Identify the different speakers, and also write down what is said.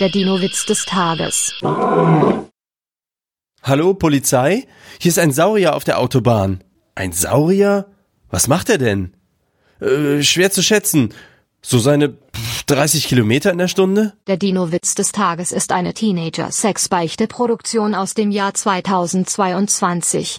Speaker 1: Der Dino-Witz des Tages.
Speaker 2: Hallo, Polizei? Hier ist ein Saurier auf der Autobahn. Ein Saurier? Was macht er denn? Äh, schwer zu schätzen. So seine pff, 30 Kilometer in der Stunde?
Speaker 1: Der Dino-Witz des Tages ist eine Teenager-Sex-Beichte-Produktion aus dem Jahr 2022.